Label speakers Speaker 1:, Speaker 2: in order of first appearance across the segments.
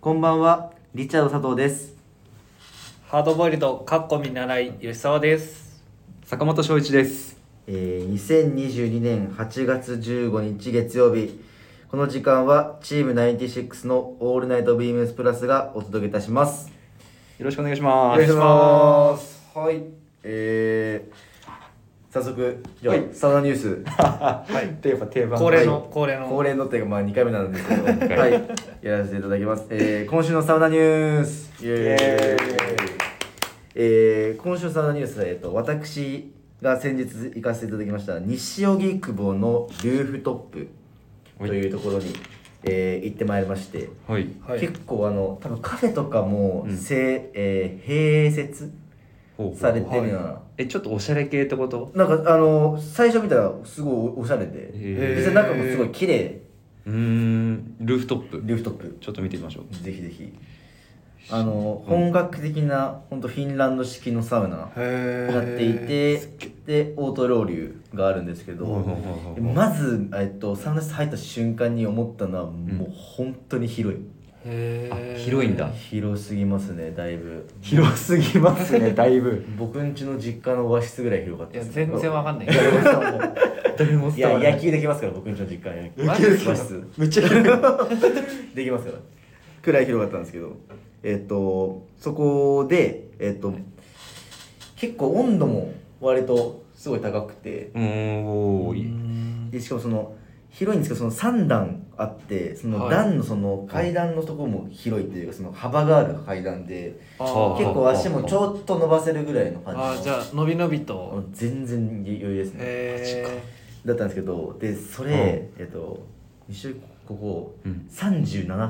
Speaker 1: こんばんは、リチャード佐藤です。
Speaker 2: ハードボイルドかっこ見習い吉沢です
Speaker 3: 坂本翔一です
Speaker 1: えー、2022年8月15日月曜日、この時間はチーム96のオールナイトビームスプラスがお届けいたします。
Speaker 3: よろしくお願いしま
Speaker 1: お
Speaker 3: す
Speaker 1: 願いします。はい。えー、早速、じゃあ、サウナニュース。
Speaker 3: はいでやっぱ定番
Speaker 2: 恒例の、
Speaker 1: はい
Speaker 2: 恒例の
Speaker 1: 恒例のっていうかまあ2回目なんですけ ど、はい、やらせていただきます、えー、今週のサウナニュースイエーイ
Speaker 3: イエ
Speaker 1: えー、今週のサウナニュースは、えっと、私が先日行かせていただきました西荻窪のルーフトップというところに、えー行ってまいりまして、
Speaker 3: はい
Speaker 2: はい
Speaker 1: 結構あの多分カフェとかも、
Speaker 3: うん
Speaker 1: せえー併設
Speaker 3: ほうほう
Speaker 1: されてるような、
Speaker 3: えちょっとおしゃれ系ってこと
Speaker 1: なんかあの最初見たらすごいおしゃれで、
Speaker 3: へー
Speaker 1: 実際中もすごい綺麗
Speaker 3: うーんルーフトップ
Speaker 1: ルーフトップ
Speaker 3: ちょっと見てみましょう
Speaker 1: ぜひぜひあの、本格的な本当フィンランド式のサウナ
Speaker 2: へ
Speaker 1: になっていてでオートロウリュがあるんですけど、
Speaker 3: はいはいはいはい
Speaker 1: まず、えっと、サウナ室入った瞬間に思ったのは、もう本当に広い
Speaker 2: へ
Speaker 3: あ広いんだ
Speaker 1: 広すぎますねだいぶ
Speaker 3: 広すぎますねだいぶ
Speaker 1: 僕ん家の実家の和室ぐらい広かった
Speaker 2: いや
Speaker 1: です
Speaker 2: 全然わかんない
Speaker 3: 誰も
Speaker 1: い
Speaker 3: 伝わらな
Speaker 1: や
Speaker 3: い
Speaker 1: 野球できますから僕んちの実家は野
Speaker 2: 野
Speaker 1: 球
Speaker 2: 球
Speaker 1: で
Speaker 2: で
Speaker 1: き
Speaker 2: き
Speaker 1: ま
Speaker 2: ますす
Speaker 1: めっちゃ 広いできますからくらい広かったんですけどえっ、とそこでえっ、と結構温度も割とすごい高くて
Speaker 3: うーんおーい
Speaker 1: でしかもその広いんですけどその3段あってその
Speaker 2: はい
Speaker 1: 段のその階段のところも広いっていうかその幅がある階段で
Speaker 2: あ
Speaker 3: ー
Speaker 1: 結
Speaker 2: ー
Speaker 1: 構足もちょっと伸ばせるぐらいの感
Speaker 2: あー
Speaker 1: じ
Speaker 2: じ
Speaker 1: の
Speaker 2: ゃあ伸び伸びと
Speaker 1: 全然余裕ですね
Speaker 2: へ
Speaker 1: だったんですけどでそれ、えっと一緒にここ、
Speaker 3: うん
Speaker 1: 37分
Speaker 2: ー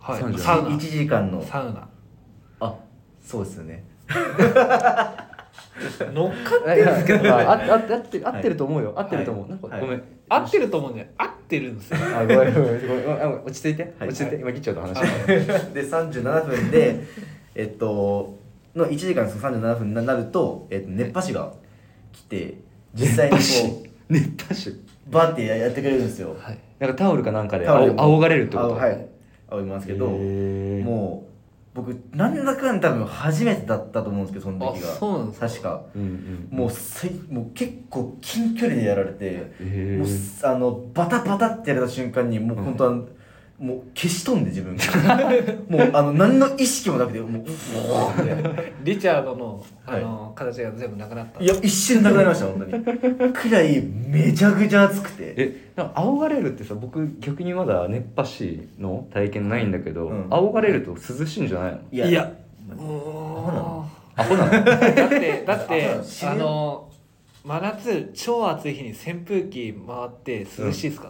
Speaker 2: は
Speaker 3: サウナ
Speaker 2: いサウ
Speaker 1: 1時間の
Speaker 2: ナサウナ
Speaker 1: あそうですよね
Speaker 2: 乗っか
Speaker 3: あいやまあああ合ってる
Speaker 1: はい
Speaker 3: 合ってると思うよ合ってると思
Speaker 1: は
Speaker 3: う
Speaker 1: い
Speaker 3: なんか
Speaker 1: はい
Speaker 3: ごめん
Speaker 2: 合ってると思うんじゃない合ってるんですよ
Speaker 3: あごめんごめんごめんごめんあ落ち着いて
Speaker 1: はい
Speaker 3: 落ち着いて今切っちゃった話
Speaker 2: あ
Speaker 1: で37分でえっとの1時間その37分になると、えっと、熱波師が来て実際にこ
Speaker 3: 熱波師
Speaker 1: うバンってやってくれるんですよ
Speaker 2: はい
Speaker 3: なんかタオルかなんかで
Speaker 1: タオル
Speaker 3: あ
Speaker 1: も
Speaker 3: お仰がれるってこと
Speaker 1: あはい仰いますけど
Speaker 3: へー
Speaker 1: もう僕なんだかんだ多分初めてだったと思うんですけどその時が
Speaker 2: あそうなんですか
Speaker 1: 確か
Speaker 3: うんうん
Speaker 1: もうせいもう結構近距離でやられて
Speaker 3: へー
Speaker 1: もうすあのバタバタってやられた瞬間にもう本当は、もう消し飛んで自分 がもうあの何の意識もなくてもううおーって
Speaker 2: リチャードのあ
Speaker 1: はい
Speaker 2: の形が全部なくなった
Speaker 1: いや一瞬なくなりました本当にくらいめちゃくちゃ暑くて
Speaker 3: えなんか仰がれるってさ僕逆にまだ熱波師の体験ないんだけど、
Speaker 1: うん
Speaker 3: 仰がれると涼しいんじゃないの
Speaker 1: い
Speaker 2: いや
Speaker 1: アホなの
Speaker 2: もう
Speaker 3: アホなの
Speaker 2: だってだっ
Speaker 1: あ
Speaker 2: て
Speaker 1: そう知り合
Speaker 2: あ
Speaker 1: い
Speaker 2: の真夏超暑い日に扇風機回って涼しいですか、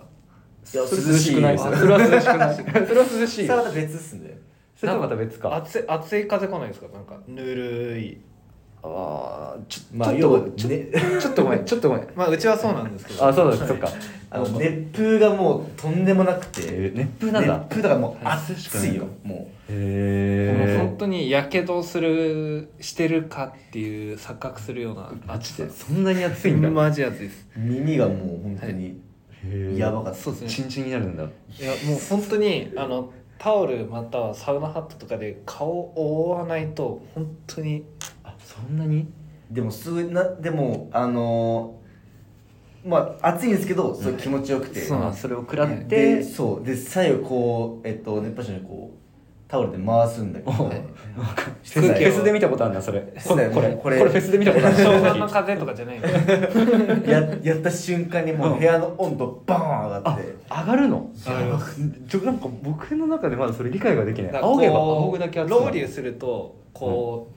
Speaker 1: いや涼
Speaker 3: それ
Speaker 1: しい
Speaker 3: くない
Speaker 1: よ
Speaker 3: それは涼しく ないそれは涼しい
Speaker 1: それはまた別っすね
Speaker 3: それとはまた別か
Speaker 2: 暑い暑い風来ないですかなんかぬるい
Speaker 3: あーちょ,、
Speaker 1: まあ
Speaker 3: ちょっ
Speaker 1: 要は
Speaker 3: とちょ,、
Speaker 1: ね
Speaker 3: ちょっ とごめんちょっとごめん
Speaker 2: まあうちはそうなんですけど
Speaker 3: あそうだ、
Speaker 2: はい
Speaker 3: そっか、
Speaker 1: あの熱風がもうとんでもなくて、
Speaker 3: えー、熱風なんだ
Speaker 1: 熱風だからもう
Speaker 3: はい涼しくな
Speaker 1: 暑
Speaker 3: い
Speaker 1: い
Speaker 3: の
Speaker 1: よも
Speaker 2: もう
Speaker 3: へ
Speaker 2: 本当にやけどするしてるかっていう錯覚するような
Speaker 3: マ
Speaker 2: 暑
Speaker 3: ジ
Speaker 2: さ
Speaker 3: でそんなに暑いんだ、
Speaker 2: マジ暑いです
Speaker 1: う耳がもう本当に
Speaker 3: へー
Speaker 1: やばかった
Speaker 2: そうですね
Speaker 3: チンチンになるんだ
Speaker 2: いやもう本当にあのタオルまたはサウナハットとかで顔を覆わないと本当に
Speaker 3: あそんなに
Speaker 1: でもすごいなでもあのーまあ暑いんですけどそれ気持ちよくて、
Speaker 2: そうなん
Speaker 3: あ
Speaker 2: です
Speaker 3: それを食らっ
Speaker 1: で
Speaker 3: て
Speaker 1: そうで最後こうえっと熱波師にこうタオルで回すんだけど、
Speaker 3: お
Speaker 1: はい
Speaker 3: フ
Speaker 2: 空気を
Speaker 3: ェスで見たことあるなそれ
Speaker 1: そうだよね
Speaker 3: これ
Speaker 1: こ
Speaker 3: こ
Speaker 1: れ
Speaker 3: れこれフェスで見たことある
Speaker 2: 湘
Speaker 3: 正
Speaker 2: 南
Speaker 3: 直
Speaker 2: の風とかじゃないの
Speaker 1: ややった瞬間にもう部屋の温度バーン上がっ
Speaker 3: あ
Speaker 1: て、
Speaker 3: 上がるの
Speaker 2: 上がりま
Speaker 3: ちょなんか僕の中でまだそれ理解ができない
Speaker 2: だから
Speaker 3: 仰げば
Speaker 2: こう
Speaker 3: 仰ぐだけ熱
Speaker 2: ロウリ
Speaker 3: い
Speaker 2: ュするとこ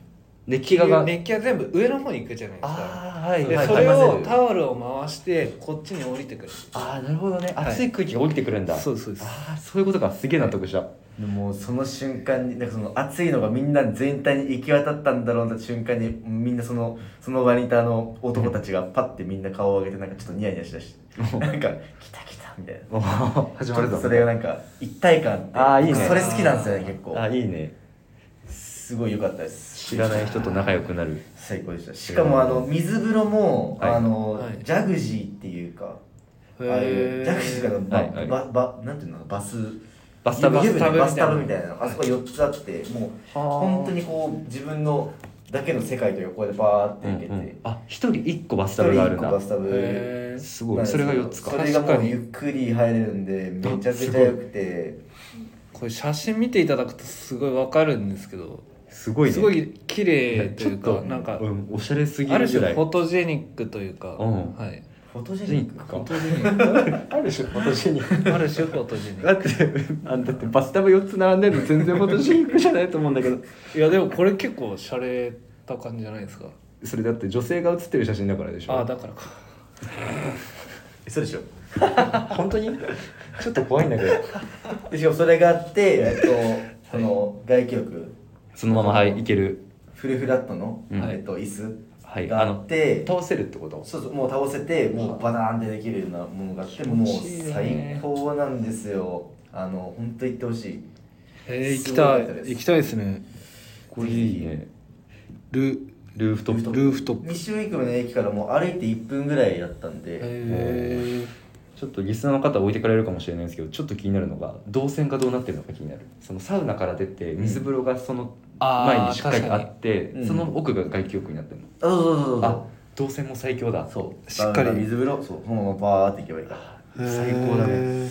Speaker 3: 熱
Speaker 2: う、
Speaker 3: 気がが
Speaker 2: 熱気が全部上の方に行くじゃないですか
Speaker 3: ああはい
Speaker 2: で、
Speaker 3: はい
Speaker 2: それ
Speaker 3: はい
Speaker 2: をタオルを回してこっちに降りてくる
Speaker 3: ああなるほどね
Speaker 2: はい
Speaker 3: 熱い空気が降りてくるんだ
Speaker 2: そうですそうです
Speaker 3: ああそういうことかすげえ納得した
Speaker 1: でもうその瞬間になんかその暑いのがみんな全体に行き渡ったんだろうな瞬間にみんなそのその場にいたあの男たちがパッてみんな顔を上げてなんかちょっとニヤニヤしだ してなんか「来た来た」みたいな
Speaker 3: おー始
Speaker 1: ち
Speaker 3: ま
Speaker 1: ょ
Speaker 3: る
Speaker 1: っ
Speaker 3: ぞ
Speaker 1: とそれがなんか一体感って
Speaker 3: あーいいね
Speaker 1: 僕それ好きなんですよね結構
Speaker 3: あーいいね
Speaker 1: すごい良かったです
Speaker 3: 知らない人と仲良くなる
Speaker 1: 最高でしたしかもあの水風呂も、
Speaker 3: はい
Speaker 1: あの、
Speaker 2: はい
Speaker 1: ジャグジーっていうかあれジャグジーとかの、
Speaker 3: はいはい
Speaker 1: ばばなんていうのバス
Speaker 3: バスタブ
Speaker 1: 湯船バ
Speaker 2: バ
Speaker 1: ス
Speaker 2: ス
Speaker 1: タ
Speaker 2: タ
Speaker 1: ブ
Speaker 2: ブ
Speaker 1: み
Speaker 2: み
Speaker 1: た
Speaker 2: た
Speaker 1: い
Speaker 2: い
Speaker 1: なのあそこ4つあってもう本
Speaker 3: 本
Speaker 1: 当にこう自分のだけの世界と横でバーって行けて、
Speaker 3: あ一人一個バス
Speaker 1: 一
Speaker 3: タブがあ
Speaker 1: 人一
Speaker 3: るん
Speaker 1: 個
Speaker 3: だ
Speaker 1: バスタブ
Speaker 2: へー
Speaker 3: すごいそれが4つか
Speaker 1: それがも
Speaker 2: 確
Speaker 1: う
Speaker 2: かに
Speaker 1: ゆっくり入れるんでめちゃくちゃ良くて
Speaker 2: これ写真見ていただくとすごいわかるんですけど
Speaker 3: すごいね
Speaker 2: すごい綺麗と
Speaker 3: ちょ
Speaker 2: い
Speaker 3: っ
Speaker 2: うか
Speaker 3: と
Speaker 2: なんか
Speaker 3: うんおしゃれすぎ
Speaker 2: あ
Speaker 3: る
Speaker 2: る
Speaker 3: ぐら
Speaker 2: 種
Speaker 3: い
Speaker 2: フォトジェニックというか、
Speaker 3: うん
Speaker 2: はい
Speaker 1: フォトジ
Speaker 3: ジ
Speaker 1: ェニ
Speaker 3: ン
Speaker 1: ック
Speaker 3: ク
Speaker 2: フ
Speaker 3: か
Speaker 2: ォトジェニッ
Speaker 3: あるでしょフォトジェニッ
Speaker 2: クある種フォトジェニ
Speaker 3: クだ
Speaker 2: ッ
Speaker 3: ってあだってバスタブ4つ並んでるの全然フォトジェニックじゃないと思うんだけど
Speaker 2: クいやでもこれ結構洒落た感じじゃないですか
Speaker 3: それだって女性が写ってる写真だからでしょ
Speaker 2: ああだからか
Speaker 1: そうでしょ
Speaker 3: 本当にちょっと怖いんだけど
Speaker 1: でしかもそれがあってえっとその外気浴
Speaker 3: そのままはいいける
Speaker 1: フルフラットの、
Speaker 3: うん
Speaker 1: えっと、椅子
Speaker 3: はい
Speaker 1: が
Speaker 3: あ
Speaker 1: あ
Speaker 3: の
Speaker 1: って、
Speaker 3: 倒せるってこと
Speaker 1: そうそうもう倒せてもうバターンってできるようなものがあってもう
Speaker 3: 気持ちいいよね
Speaker 1: 最高なんですよあの本当行ってほしい
Speaker 2: えー、行き
Speaker 1: すご
Speaker 2: た
Speaker 1: い
Speaker 2: い
Speaker 1: 方です
Speaker 2: 行きたいですね
Speaker 3: これいいね
Speaker 2: ル
Speaker 3: ルーフトップ
Speaker 2: ルーフトップへ
Speaker 1: 西荻窪の駅からもう歩いて1分ぐらいだったんで
Speaker 2: え
Speaker 3: ちょっとリスナーの方置いてかれるかもしれないですけどちょっと気になるのが動線がどうなってるのか気になるそのサウナから出て水風呂がその前
Speaker 2: あ
Speaker 3: に
Speaker 2: あ
Speaker 3: しっかり
Speaker 2: 確
Speaker 3: あ
Speaker 2: かに
Speaker 3: って、
Speaker 1: うん
Speaker 3: その奥が外気浴になってるの、
Speaker 1: あそうそうそうそう
Speaker 3: あ動線も最強だ
Speaker 1: そう
Speaker 2: しっかり
Speaker 1: バーナー水風呂そうそのままバーって行けばいいから
Speaker 3: 最高だね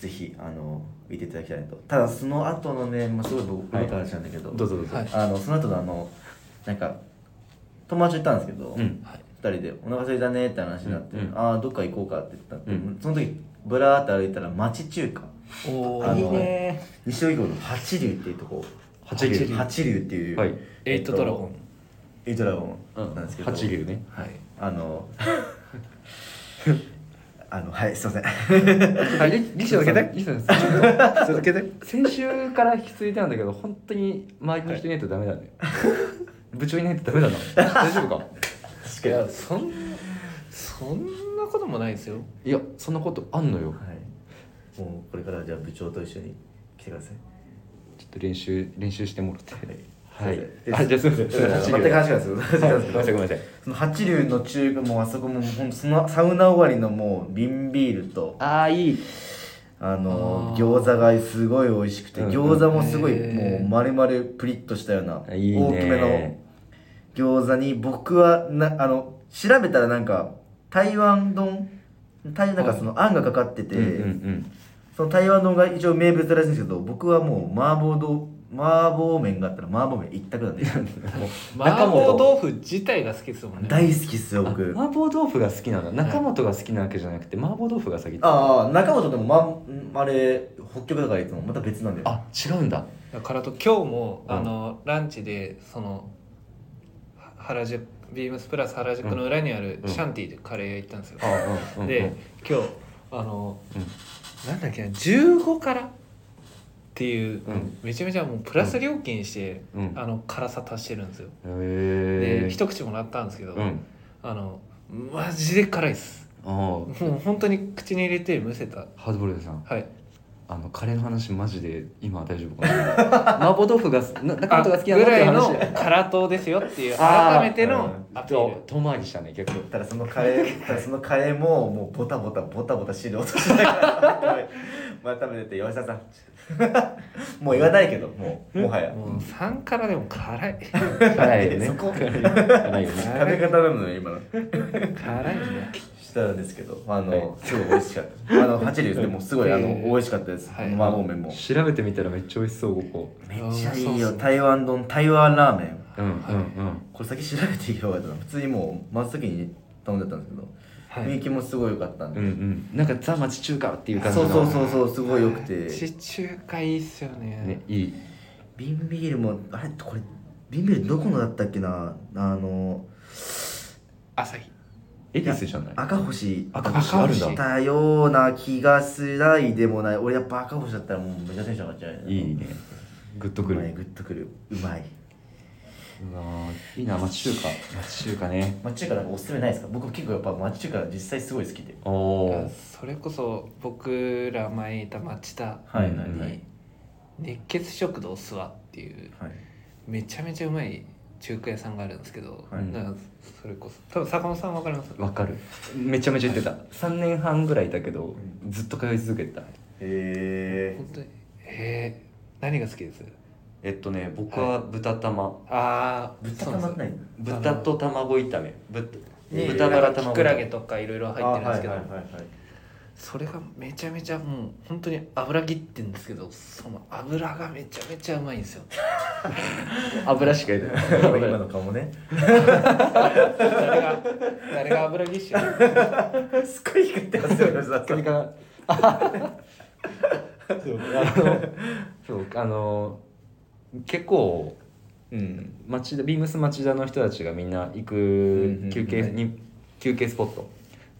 Speaker 1: ぜひあの見ていただきたいなとただその後のね、まあ、すごい僕の話なんだけど、
Speaker 3: どうぞどうぞ、
Speaker 2: はい
Speaker 1: あのその後のあのなんか友達と行ったんですけど、
Speaker 3: う
Speaker 1: 二
Speaker 3: ん
Speaker 1: 2人で「お腹空いたね」って話になって「
Speaker 3: うんうん
Speaker 1: ああどっか行こうか」って言ったんで、
Speaker 3: うん
Speaker 1: その時ブラーって歩いたら町中華
Speaker 2: お
Speaker 1: あ
Speaker 2: お
Speaker 1: の
Speaker 2: いいね
Speaker 1: 西荻窪の八流っていうとこ
Speaker 3: 八
Speaker 2: 八
Speaker 3: 流
Speaker 2: 流
Speaker 1: 八流っていう、
Speaker 3: はい
Speaker 2: エイトドラゴン、
Speaker 1: エイトドラゴ
Speaker 3: う
Speaker 1: ンなんですけ
Speaker 3: ん
Speaker 1: ど、
Speaker 3: 八流ね
Speaker 2: はい
Speaker 1: あのあのはいすいません
Speaker 3: はいリリシャ
Speaker 2: 続け
Speaker 3: さんリシャさん
Speaker 2: 続けて
Speaker 3: 先週から引き継いだんだけど本当に周りの人いないとダメだ ね、部長いないとダメだな大丈夫か
Speaker 2: いやそんそんなこともないですよ
Speaker 3: いやそんなことあんのよ
Speaker 1: はい。もうこれからじゃあ部長と一緒に来てください。
Speaker 3: ちょっと練習練習してもらっては
Speaker 1: す
Speaker 3: い
Speaker 1: いません
Speaker 3: あじゃあすいません
Speaker 1: 全く話
Speaker 3: 八
Speaker 1: が違うんですけ
Speaker 3: 流
Speaker 1: ど。
Speaker 3: ごめんなさいごめんなさい
Speaker 1: その八流の中華もあそこもほんとそのサウナ終わりのもう瓶ビールと
Speaker 3: ああいい
Speaker 1: あの
Speaker 2: あー
Speaker 1: 餃子がすごい美味しくて
Speaker 3: うん
Speaker 1: 餃子もすごい
Speaker 2: へ
Speaker 1: も
Speaker 2: ー
Speaker 1: う丸々プリッとしたようない
Speaker 3: いね
Speaker 1: 大きめの餃子に僕はなあの調べたらなんか台湾丼台なんかそのあんがかかってて、
Speaker 3: うんうん
Speaker 1: その台湾のが一応名物らしいんですけど僕はもう麻婆豆麻婆麺があったら麻婆麺一択なんで もう
Speaker 2: 麻
Speaker 3: 中
Speaker 2: 婆
Speaker 3: 本
Speaker 2: 豆腐自体が好きですもんね
Speaker 1: 大好きっすよ
Speaker 3: うんあ
Speaker 1: 僕
Speaker 3: 麻婆豆腐が好きなんだ中本が好きなわけじゃなくて麻婆豆腐が先
Speaker 1: ああ中本でも、ま、あれ北極だからいつもまた別なんだよ
Speaker 3: あ違うんだ
Speaker 2: だからと今日も、
Speaker 3: うん
Speaker 2: あのランチでそのは原宿ビームスプラス原宿の裏にある
Speaker 3: うん
Speaker 2: シャンティでカレー屋行ったんですよ、
Speaker 3: あうんうんうん
Speaker 2: で今日あの、なんだっけな15からっていう、
Speaker 3: うん
Speaker 2: めちゃめちゃもうプラス料金して、
Speaker 3: うん
Speaker 2: あの辛さ足してるんですよ
Speaker 3: へ
Speaker 2: で
Speaker 3: え
Speaker 2: 一口もらったんですけど、
Speaker 3: うん
Speaker 2: あのマジで辛いです
Speaker 3: あー
Speaker 2: もう本当に口に入れてむせた
Speaker 3: ハードボイルドさん
Speaker 2: はい
Speaker 3: あのカレーの話マジで今は大丈夫かな 麻婆豆腐がな中本が好きなんだ
Speaker 2: ぐ
Speaker 3: っ
Speaker 2: ら
Speaker 3: て
Speaker 2: い
Speaker 3: 話
Speaker 2: の辛党ですよっていう
Speaker 3: あー
Speaker 2: 改めてのアピール
Speaker 3: と遠回りしたね逆に
Speaker 1: ただそのカレーただそのカレーももうボタボタボタボタ汁落としながらまあ食べてて吉田さんもう言わないけどもうもはや
Speaker 2: もう3からでも辛い
Speaker 3: 辛いよね
Speaker 1: そこ
Speaker 3: 辛いよね
Speaker 1: 食べ方なのよ今の
Speaker 2: 辛いね
Speaker 1: したんですけどあの、
Speaker 3: はい
Speaker 1: すごい美味しかったあの八流でもすごいあの
Speaker 2: へー
Speaker 1: 美味しかったです、
Speaker 2: はい
Speaker 1: 麻婆麺も
Speaker 3: 調べてみたらめっちゃ美味しそうここ
Speaker 1: めっちゃい
Speaker 2: そう
Speaker 1: い
Speaker 2: そう
Speaker 1: よ
Speaker 2: そう
Speaker 1: 台湾丼台湾ラーメン
Speaker 3: うんうん
Speaker 2: はい
Speaker 3: うん
Speaker 1: これ先調べていけばよかったな普通にもう真っ先に頼んでたんですけど、
Speaker 2: はい
Speaker 1: 雰囲気もすごい良かったんで、
Speaker 3: うんうんなんかザ町中華っていう感じ
Speaker 1: そ
Speaker 3: の
Speaker 1: うそうそうそうすごい良くて
Speaker 2: 地中海いいっすよね
Speaker 3: ねいい
Speaker 1: 瓶ビールもあれこれ瓶ビールどこのだったっけなあの
Speaker 2: 朝日
Speaker 3: 恵比寿じゃない
Speaker 1: 赤星
Speaker 3: 赤星あるんだ
Speaker 1: だったような気がすらいでもない俺やっぱ赤星だったらもうめちゃテンション上がっちゃうよね
Speaker 3: いいねグッと
Speaker 1: う
Speaker 3: く
Speaker 1: まい
Speaker 3: る
Speaker 1: グッとくるうまいう
Speaker 3: わーいいな町中華町中華ね
Speaker 1: 町中華なんかおすすめないですか僕結構やっぱ町中華実際すごい好きで
Speaker 3: お
Speaker 2: あ
Speaker 3: お
Speaker 2: それこそ僕ら前いた町田
Speaker 1: はい
Speaker 3: うん
Speaker 1: はいはい、
Speaker 2: に熱血食堂諏訪っていう
Speaker 1: はい、
Speaker 2: めちゃめちゃうまい中華屋さんがあるんですけど、
Speaker 1: はい
Speaker 2: だからそれこそ多分坂本さんわかります
Speaker 3: わかるめちゃめちゃ言ってた3年半ぐらいいたけどずっと通い続けてた
Speaker 1: え
Speaker 2: 本当にえー、何が好きです
Speaker 3: えっとね僕は豚玉、
Speaker 2: ああ
Speaker 1: ー、豚玉ない
Speaker 3: 豚と卵炒めぶ
Speaker 1: に
Speaker 3: 豚バラ卵
Speaker 2: きくらげとかいろいろ入ってるんですけど、
Speaker 1: あはいはいはいはい
Speaker 2: それがめちゃめちゃもう本当に油切ってんですけどその油がめちゃめちゃうまいんですよ
Speaker 3: 油しか入れない
Speaker 1: 今の顔もね
Speaker 2: 誰が誰が油ぎっしょ
Speaker 1: すっごい光ってますよ吉田
Speaker 3: そ
Speaker 1: さ
Speaker 3: れ
Speaker 1: ん
Speaker 3: からそうあのそうあの結構
Speaker 1: うん
Speaker 3: 町田ビームス町田の人たちがみんな行
Speaker 1: んうんう
Speaker 3: く
Speaker 1: ん
Speaker 3: 休憩に、休憩スポット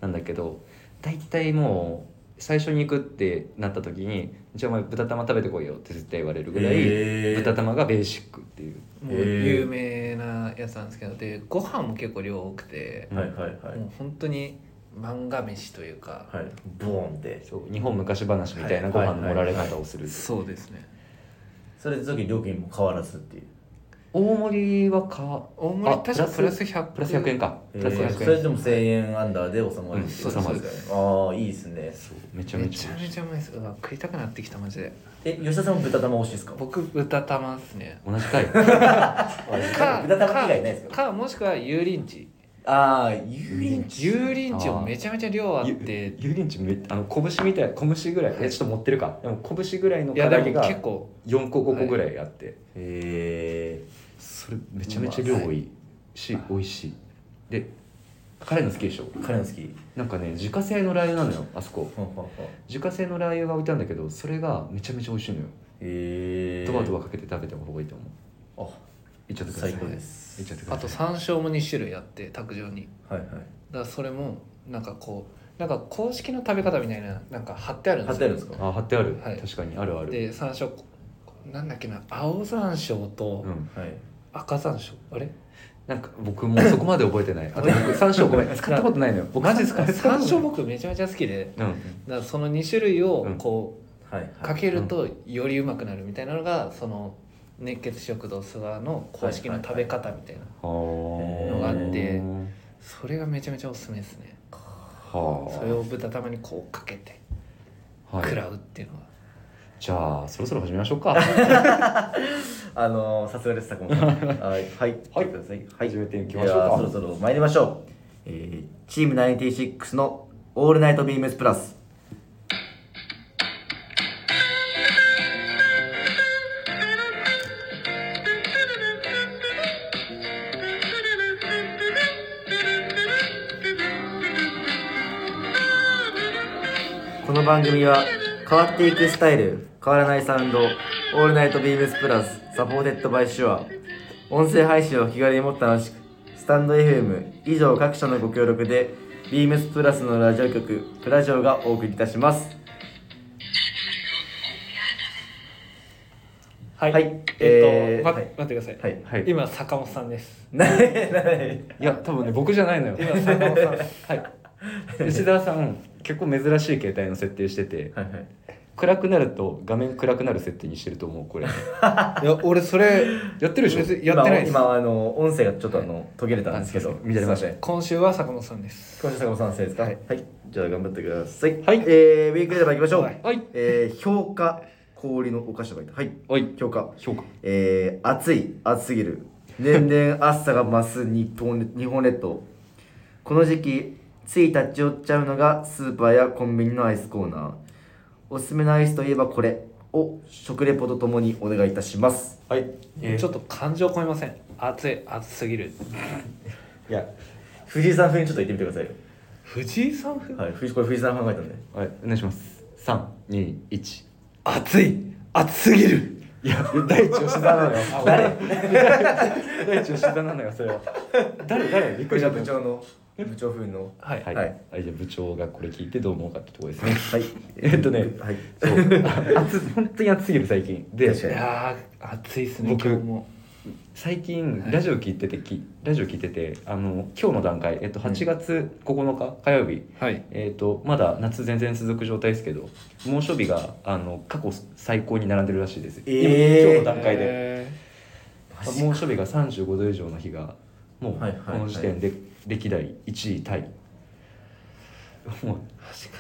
Speaker 3: なんだけど大体もう最初に行くってなった時に「じゃあお前豚玉食べてこいよ」って絶対言われるぐらい、
Speaker 1: へー
Speaker 3: 豚玉がベーシックっていう
Speaker 2: もう有名なやつなんですけどでご飯も結構量多くて、
Speaker 1: はいはいはい
Speaker 2: もう本当に漫画飯というか、
Speaker 1: はいボーンって
Speaker 3: そう日本昔話みたいなご飯の盛られ方をする、
Speaker 2: そうですね
Speaker 1: それ時料金も変わらずっていう
Speaker 3: 大盛りはか
Speaker 2: 大盛
Speaker 3: あ
Speaker 2: り確かプラス100
Speaker 3: プラス100円かプラス
Speaker 1: えー
Speaker 3: 100
Speaker 1: そ
Speaker 3: 円、
Speaker 1: れでも1000円アンダーで収まる
Speaker 3: う
Speaker 1: っ
Speaker 3: ん
Speaker 1: てい
Speaker 3: 収まる
Speaker 1: ああいいですね
Speaker 3: そうめちゃ
Speaker 2: め
Speaker 3: めち
Speaker 2: ち
Speaker 3: ゃ
Speaker 2: ゃ
Speaker 3: 美味
Speaker 2: め
Speaker 3: しい
Speaker 2: ちゃうまいですうわ食いたくなってきたマジで
Speaker 1: え吉田さんも豚玉推しですか
Speaker 2: 僕豚玉です ね
Speaker 3: 同じかい
Speaker 2: か
Speaker 1: 豚玉以外ないですか
Speaker 2: かもしくは油淋鶏
Speaker 1: ああ油淋鶏
Speaker 2: 油淋鶏もめちゃめちゃ量あっ
Speaker 3: ゆ
Speaker 2: て
Speaker 3: 油淋鶏めあの拳みたい拳ぐらいえちょっと持ってるかでも拳ぐらいの
Speaker 2: い
Speaker 3: 唐
Speaker 2: やで
Speaker 3: 揚げ
Speaker 2: も
Speaker 3: が
Speaker 2: 結構
Speaker 3: 4個5個ぐらいあって、
Speaker 1: へ
Speaker 3: それめちゃめちゃ量多いし美味しいで彼の好きでしょ
Speaker 1: え彼の好き
Speaker 3: なんかね自家製のラー油なのよあそこ
Speaker 1: ほんほんほん
Speaker 3: 自家製のラー油が置いてあるんだけどそれがめちゃめちゃ美味しいのよ、
Speaker 1: へえ
Speaker 3: ドバドバかけて食べた方がいいと思う
Speaker 1: あ
Speaker 3: いっちゃってください
Speaker 1: 最高です
Speaker 3: いっちゃってく
Speaker 2: あ
Speaker 3: だ
Speaker 2: と
Speaker 3: さい
Speaker 2: 山椒も2種類あって卓上にだ
Speaker 1: はいはい
Speaker 2: からそれもなんかこうなんか公式の食べ方みたいななんか貼ってあるんで
Speaker 1: 貼っ
Speaker 2: す
Speaker 1: てあ
Speaker 2: よ
Speaker 1: るんですか
Speaker 3: あ貼ってある、
Speaker 2: はい
Speaker 3: 確かにあるある
Speaker 2: で山椒こなんだっけな青山椒と
Speaker 3: うん、
Speaker 1: はい
Speaker 2: 赤山椒、あれ
Speaker 3: なんか僕もうそこまで覚えてないあと僕山椒 ごめん使ったことないのよ僕
Speaker 2: マジですか
Speaker 3: 使
Speaker 2: 山
Speaker 3: ったことない
Speaker 2: 椒僕めちゃめちゃ好きで
Speaker 3: う
Speaker 2: だ
Speaker 3: ん
Speaker 2: からその2種類をこ
Speaker 1: はいう
Speaker 2: かけるとよりうまくなるみたいなのがその熱血食堂諏訪の公式の食べ方みたいな
Speaker 3: の
Speaker 1: があって
Speaker 2: それがめちゃめちゃおすすめですね
Speaker 3: はあ
Speaker 2: それを豚玉にこうかけて
Speaker 3: はい
Speaker 2: 食らうっていうのは
Speaker 3: じゃあそろそろ始めましょうか
Speaker 1: あのーさすがです坂本さんはいはい
Speaker 3: はい
Speaker 1: 来てくださいはい
Speaker 3: 始めていき
Speaker 1: で
Speaker 3: ましょう
Speaker 1: は
Speaker 3: か
Speaker 1: そろそろ参りましょう、えー、チーム96の「オールナイトビームスプラス」この番組は変わっていくスタイル変わらないサウンド「オールナイトビームスプラス」サポーテッドバイシュア音声配信を気軽にもっと楽しくスタンド FM 以上各社のご協力でビームスプラスのラジオ局プラジオがお送りいたします
Speaker 2: はい、
Speaker 1: はい
Speaker 2: えっ、と、
Speaker 1: えー
Speaker 2: ま
Speaker 1: はい
Speaker 2: 待ってください、
Speaker 1: はい
Speaker 3: はい
Speaker 2: 今坂本さんです
Speaker 1: なになに
Speaker 3: いや多分ね僕じゃないのよ
Speaker 2: 今坂本さんですはい
Speaker 3: 吉田さん結構珍しい携帯の設定してて
Speaker 1: はいはい
Speaker 3: 暗くなると画面暗くなる設定にしてると思うこれ
Speaker 2: いや俺それ
Speaker 3: やってるでしょ
Speaker 2: 別にやってないです
Speaker 1: 今今あの音声がちょっとあの途切れたんですけど
Speaker 3: あすいません乱れました
Speaker 1: すいせん
Speaker 2: 今週は坂本さんです
Speaker 1: 今週坂本さんせいですか
Speaker 2: は
Speaker 1: はいい、じゃあ頑張ってください
Speaker 3: はい
Speaker 1: えー、ウィークレーバー行きましょう
Speaker 2: はい
Speaker 3: はい
Speaker 1: えー、評価氷のお菓子とか言ってはい
Speaker 3: はい
Speaker 1: 評価
Speaker 3: 評価
Speaker 1: えー、暑い暑すぎる年々暑さが増す日本日本列島この時期つい立ち寄っちゃうのがスーパーやコンビニのアイスコーナーおすすめのアイスといえばこれを食レポとともにお願いいたします
Speaker 3: はい、えー、
Speaker 2: ち
Speaker 3: ち
Speaker 2: ょ
Speaker 3: ょ
Speaker 2: っ
Speaker 3: っ
Speaker 2: と感情込めません熱い熱すぎる
Speaker 3: といや
Speaker 1: 藤井さん風にちょっと言ってみてくださいよ
Speaker 2: 藤井さん風
Speaker 1: はい藤これ藤井さん考えたんで
Speaker 3: はいお願いします三二一
Speaker 2: 熱い熱すぎる
Speaker 3: いや第一吉田なのよ
Speaker 1: 誰
Speaker 3: 第一吉田なのよそれは誰誰びっ
Speaker 1: こ
Speaker 3: く
Speaker 1: れじ
Speaker 3: りし
Speaker 1: ゃ
Speaker 3: た
Speaker 1: あ部長の部長風の
Speaker 2: はい、
Speaker 3: はい、
Speaker 1: は
Speaker 3: はいいじゃあ部長がこれ聞いてどう思うかってとこですね
Speaker 1: はい
Speaker 3: えっとね
Speaker 1: はい
Speaker 3: そう あ暑本当に暑すぎる最近で
Speaker 1: 確か
Speaker 2: い
Speaker 1: に
Speaker 2: やー熱いっすね
Speaker 3: 僕
Speaker 2: 今日も
Speaker 3: 最近
Speaker 2: はい
Speaker 3: ラジオ聞いてて、きラジオ聞いててあの今日の段階、えっと、8月9日火曜日、
Speaker 2: はい
Speaker 3: えっと、まだ夏全然続く状態ですけど猛暑日があの過去最高に並んでるらしいです、
Speaker 1: えー
Speaker 3: 今今日の段階で、
Speaker 2: え
Speaker 1: マジか
Speaker 3: 猛暑日が35度以上の日がもう
Speaker 1: はいはいはい
Speaker 3: この時点で歴代1位タイもう
Speaker 2: ーマジか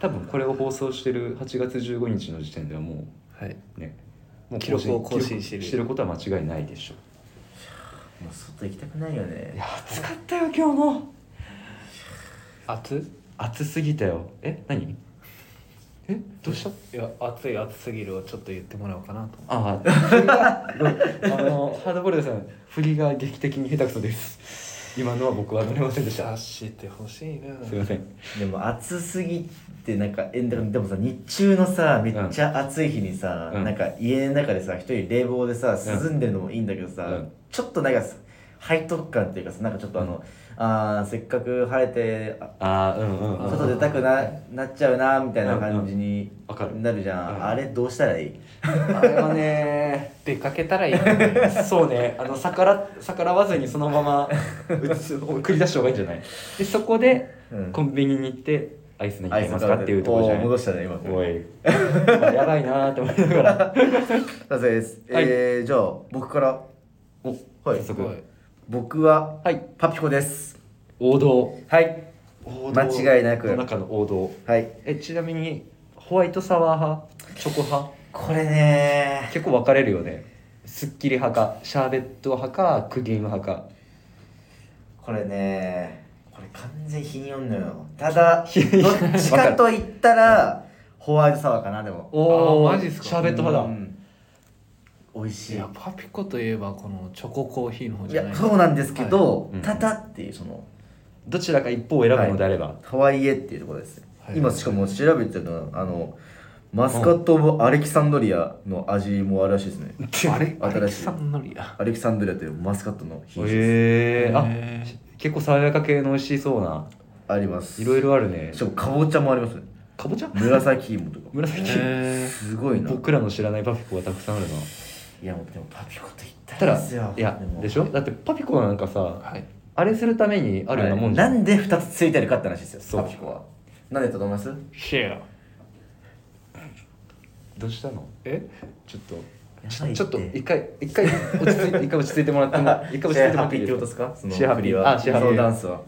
Speaker 3: 多分これを放送してる8月15日の時点ではも
Speaker 2: はい、
Speaker 3: うねもう
Speaker 2: 記録を更新してる
Speaker 3: 記録ことは間違いないでしょ
Speaker 1: もう外行きたくないよ
Speaker 3: う
Speaker 1: ね
Speaker 3: や暑かったよ今日も
Speaker 2: 暑
Speaker 3: 暑すぎたよえ何えどうした
Speaker 2: いや暑い暑すぎるをちょっと言ってもらおうかなと
Speaker 3: ああ振りがごめんあのハードボイルドさん振りが劇的に下手くそです今のは僕は乗れませんでした
Speaker 2: 察してほしいな
Speaker 3: すいません
Speaker 1: でも暑すぎてなんかえだからでもさ日中のさめっちゃ暑い日にさ、
Speaker 3: うん
Speaker 1: なんか家の中でさ一人冷房でさ
Speaker 3: うん
Speaker 1: 涼んでるのもいいんだけどさ、
Speaker 3: うん
Speaker 1: ちょっとなんかさ背徳感っていうかさなんかちょっとあの、あーせっかく晴れてあ
Speaker 3: ああうんうん、
Speaker 2: あー
Speaker 3: うん、
Speaker 1: 外出たくななっちゃうなみたいな感じに
Speaker 3: わかる
Speaker 1: なるじゃん、
Speaker 3: うん
Speaker 1: あれどうしたらいい
Speaker 3: あれはね
Speaker 2: 出かけたらいいのに
Speaker 3: そうねあの逆ら逆らわずにそのままうつ繰り出した方がいいんじゃないでそこで
Speaker 1: うん
Speaker 3: コンビニに行ってアイス何買いますか
Speaker 1: アイス買う
Speaker 3: っていうところじゃ
Speaker 1: お
Speaker 3: な
Speaker 1: ー
Speaker 3: い
Speaker 1: 戻したね今
Speaker 3: おい今やばいなーって思いながら
Speaker 1: 達成です、
Speaker 3: はい
Speaker 1: えー、じゃあ僕から
Speaker 3: お
Speaker 1: はい
Speaker 3: 早
Speaker 2: す
Speaker 3: 速
Speaker 2: ごい
Speaker 1: 僕は
Speaker 3: はい
Speaker 1: パピコです
Speaker 3: 王道
Speaker 1: はい
Speaker 3: 王
Speaker 1: 道間違いなく
Speaker 3: の中の王道
Speaker 1: はい
Speaker 3: えちなみにホワイトサワー派チョコ派
Speaker 1: これね
Speaker 3: 結構分かれるよねすっきり派かシャーベット派かクリーム派か
Speaker 1: これねこれ完全日によんのよた だ
Speaker 3: 日に
Speaker 1: どっちかと言ったらホワイトサワーかなでも
Speaker 3: ー
Speaker 2: あーマジっすか
Speaker 3: シャーベット派だ、
Speaker 1: うん美味し
Speaker 2: い
Speaker 1: い
Speaker 2: やパピコといえばこのチョココーヒーの方
Speaker 1: い
Speaker 2: じゃない
Speaker 1: やそうなんですけど、
Speaker 3: はいうん
Speaker 1: ただっていうその
Speaker 3: どちらか一方を選ぶのであれば、
Speaker 1: ハワイエっていうところです、
Speaker 2: はい
Speaker 1: 今しかも調べてるのはあのマスカット・オブ・アレキサンドリアの味もあるらしいですね
Speaker 2: あ
Speaker 1: 新し
Speaker 2: れ
Speaker 1: い
Speaker 2: アレキサンドリア
Speaker 1: アレキサンドリアというマスカットの品種です
Speaker 3: へえあ
Speaker 2: へー
Speaker 3: 結構爽やか系の美味しそうな
Speaker 1: あります
Speaker 3: いろいろあるね
Speaker 1: しかもかぼちゃもありますね
Speaker 3: かぼちゃ
Speaker 1: 紫芋とか
Speaker 3: 紫、
Speaker 2: へ
Speaker 1: すごいな
Speaker 3: 僕らの知らないパピコがたくさんあるない
Speaker 1: やもうでもパピコと言った
Speaker 3: た
Speaker 1: ら
Speaker 3: だ
Speaker 1: ですよ
Speaker 3: いや
Speaker 1: も
Speaker 3: でしょだってパピコなんか
Speaker 2: ー
Speaker 3: さ
Speaker 2: はい
Speaker 3: あれするためにあるようなもんじゃ
Speaker 1: は
Speaker 3: ん、
Speaker 1: いなんで2つついてるかって話ですよ
Speaker 3: そう
Speaker 1: パピコはなんでだと思いますい
Speaker 2: シェア
Speaker 3: どうしたの
Speaker 2: え
Speaker 3: ちょっと
Speaker 1: やばいって
Speaker 3: ちょっと一回一回落ち着いて一回落ち着いても らっても一回落ち着いてもらっていい
Speaker 1: シェアハピってこと
Speaker 3: で
Speaker 1: ですすかその
Speaker 3: シェアハピ
Speaker 1: 振りは
Speaker 3: あシェアハピ
Speaker 1: そのダンスは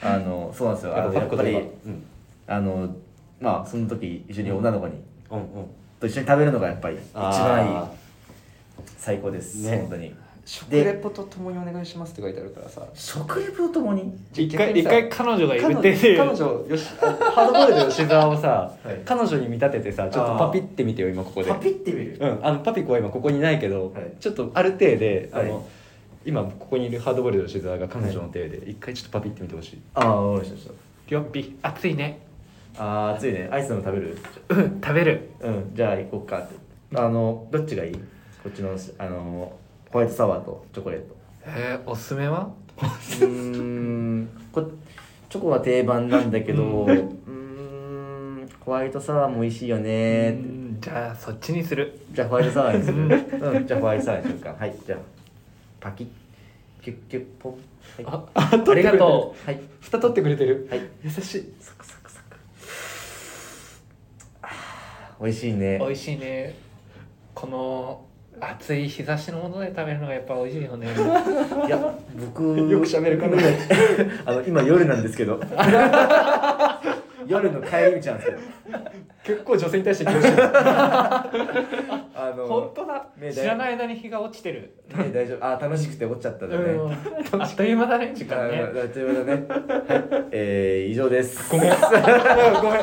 Speaker 1: あのそうなんですよ
Speaker 3: か
Speaker 1: あの
Speaker 3: や
Speaker 1: や
Speaker 3: っ
Speaker 1: っ
Speaker 3: ぱ
Speaker 1: ぱ
Speaker 3: り、
Speaker 1: り
Speaker 3: うん、
Speaker 1: あのまあその時一緒に女の子に
Speaker 3: うんうん
Speaker 1: と一緒に食べるのがやっぱり一番いい
Speaker 3: あ
Speaker 1: 最高です、
Speaker 3: ね
Speaker 1: 本当に
Speaker 3: ー食レポとともにお願いしますって書いてあるからさ
Speaker 1: 食レポとともに
Speaker 2: 一回一回彼女がい
Speaker 3: 彼
Speaker 2: る
Speaker 3: 女
Speaker 2: っていう
Speaker 3: 彼女よしハードボイルド吉沢をさ、
Speaker 1: はい
Speaker 3: 彼女に見立ててさちょっとパピってみてよ今ここで
Speaker 1: パピってみる
Speaker 3: うん、あのパピコは今ここにないけど、
Speaker 1: はい
Speaker 3: ちょっとある程度で、あ
Speaker 1: は
Speaker 3: の今ここにいるハードボイルド吉沢が彼女の手で一回ちょっとパピってみてほしい、
Speaker 1: ああおいしょおいしょ
Speaker 2: よっぴ暑いね
Speaker 1: あー暑いねアイスでも食べる
Speaker 2: うん食べる
Speaker 1: うんじゃあ行こうかってあのどっちがいいこっちのあのホワイトサワーとチョコレート
Speaker 2: えー、おすすめは
Speaker 1: うーんこチョコは定番なんだけどうーんホワイトサワーも美味しいよねって
Speaker 2: うんじゃあそっちにする
Speaker 1: じゃあホワイトサワーにするうんじゃあホワイトサワーにしようかはいじゃあパキッキュッキュッポンはい
Speaker 3: ああ
Speaker 2: ありがと
Speaker 1: うはい
Speaker 3: 蓋取ってくれてる
Speaker 1: はい
Speaker 3: 優しい
Speaker 1: サクサクサクあー美味しいね
Speaker 2: 美味しいねこの暑い日差しのもので食べるのがやっぱ美味しいよね
Speaker 1: いや僕
Speaker 3: よく喋るからね
Speaker 1: あの今夜なんですけど夜の帰り道なんですけど
Speaker 3: 結構女性に対して気持ち悪い
Speaker 1: あ
Speaker 2: 本
Speaker 1: の
Speaker 2: 当だ
Speaker 1: ね
Speaker 2: 知らない間に日が落ちてる、
Speaker 1: ね大丈夫あー楽しくて落ちちゃった
Speaker 2: う
Speaker 1: でね、
Speaker 2: ん、あっという間だね時
Speaker 1: あ
Speaker 2: 間ね
Speaker 1: ーあということでね、はい、えー、以上です。 ごめん。
Speaker 3: ごめん